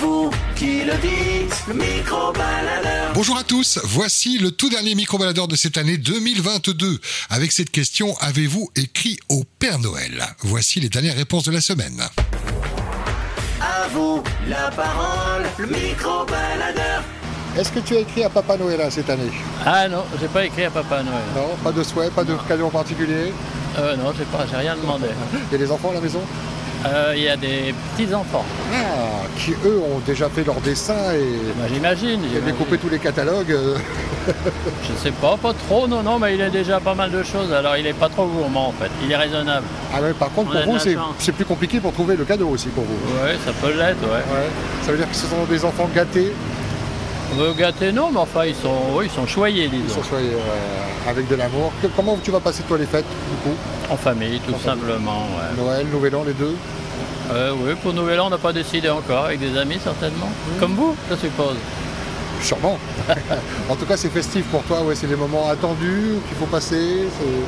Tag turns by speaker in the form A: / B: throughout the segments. A: vous qui le dites, le micro-baladeur.
B: Bonjour à tous, voici le tout dernier micro-baladeur de cette année 2022. Avec cette question, avez-vous écrit au Père Noël Voici les dernières réponses de la semaine.
A: À vous la parole, le micro-baladeur.
C: Est-ce que tu as écrit à Papa Noël hein, cette année
D: Ah non, j'ai pas écrit à Papa Noël.
C: Non, pas de souhait, pas de cadeau en particulier.
D: Euh, non, j'ai pas, j'ai rien demandé.
C: Il y a des enfants à la maison
D: Euh, Il y a des petits enfants.
C: Ah, qui eux ont déjà fait leur dessin et,
D: Bah, j'imagine.
C: et
D: j'imagine.
C: découpé tous les catalogues. euh.
D: Je sais pas, pas trop, non, non, mais il a déjà pas mal de choses. Alors il est pas trop gourmand en fait. Il est raisonnable.
C: Ah ouais, par contre,
D: On
C: pour
D: a de
C: vous,
D: la
C: c'est
D: chance.
C: c'est plus compliqué pour trouver le cadeau aussi pour vous.
D: Ouais, ça peut l'être, ouais.
C: Ouais. Ça veut dire que ce sont des enfants gâtés,
D: Euh, gâtés, non, mais enfin ils sont, oui, ils sont choyés,
C: ils
D: disons.
C: sont soyez, euh, avec de l'amour. Que- Comment tu vas passer toi les fêtes du coup
D: En famille, tout
C: En famille.
D: simplement. ouais.
C: Noël, Nouvel An, les deux
D: Euh, oui, pour Nouvel An, on n'a pas décidé encore, avec des amis certainement. Comme vous, je suppose.
C: Sûrement. en tout cas, c'est festif pour toi. Ouais, c'est des moments attendus qu'il faut passer. c'est-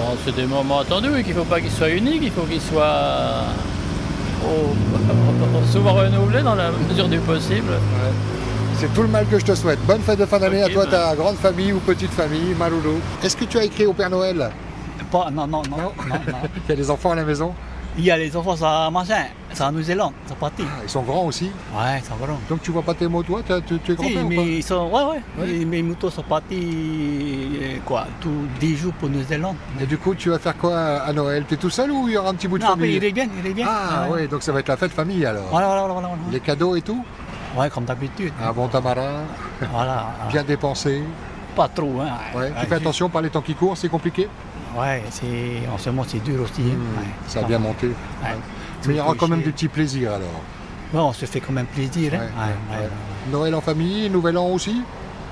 D: Bon, c'est des moments attendus, oui, qu'il ne faut pas qu'ils soient uniques, il faut qu'ils soient oh, au- souvent renouvelés dans la mesure du possible.
C: C'est tout le mal que je te souhaite. Bonne fête de fin d'année
D: Ok,
C: à toi,
D: ben.
C: ta grande famille ou petite famille, Maloulou. Est-ce que tu as écrit au Père Noël
E: Pas, non, non, non, non, non.
C: Il y a des enfants à la maison.
E: Il y a les enfants, ça machin, ça en Nouvelle-Zélande, ça pratique.
C: Ah, Ils sont grands aussi.
E: Ouais, ça va long.
C: Donc tu vois pas tes mots, toi T'as- Tu, tu es
E: Si,
C: grand-père ou
E: mais
C: pas
E: ils sont, ouais, ouais,
C: Ouais.
E: Et mes moutons sont partis, euh, quoi, tous 10 jours pour Nouvelle-Zélande.
C: Et du coup, tu vas faire quoi à Noël T'es tout seul ou il y aura un petit bout de
E: Non, après,
C: famille
E: ils reviennent, ils reviennent.
C: Ah oui, donc ça va être la fête famille alors.
E: Voilà, voilà, voilà, voilà.
C: Les cadeaux et tout
E: Ouais, comme d'habitude.
C: Un bon tamarin,
E: Voilà.
C: Ah, bien dépensé.
E: Pas trop, hein.
C: Ouais.
E: Ouais,
C: tu fais
E: juste-
C: attention par les temps qui courent, c'est compliqué
E: Ouais, c'est, en ce moment, c'est dur aussi. hein.
C: Hmm,
E: Ouais.
C: Ça a bien monté.
E: Ouais.
C: Mais il y aura
E: Tout
C: quand même
E: touché.
C: des petits plaisirs alors.
E: Ouais, on se fait quand même plaisir, hein.
C: Ouais,
E: Ouais, ouais,
C: ouais. Noël en famille, Nouvel An aussi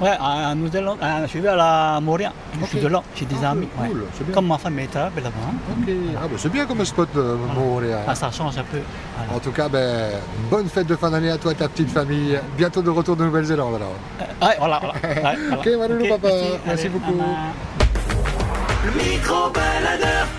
E: Ouais, à Nouvelle-Zélande, à- je vais à la Moria, je suis
C: Ok.
E: de là, j'ai des
C: Ah,
E: amis.
C: cool,
E: ouais.
C: c'est bien.
E: Comme ma femme est arabe là-bas, hein.
C: Ok. Ah, ben, c'est bien comme spot, euh, Montréal.
E: Ah, ça change un peu. Voilà.
C: En tout cas, ben, bonne fête de fin d'année à toi et ta petite famille. Bientôt de retour de Nouvelle-Zélande alors.
E: Ouais, voilà, voilà. Ouais, voilà.
C: Ok, voilà le papa. Merci
E: allez,
C: beaucoup.
E: maman.
A: Le micro-baladeur.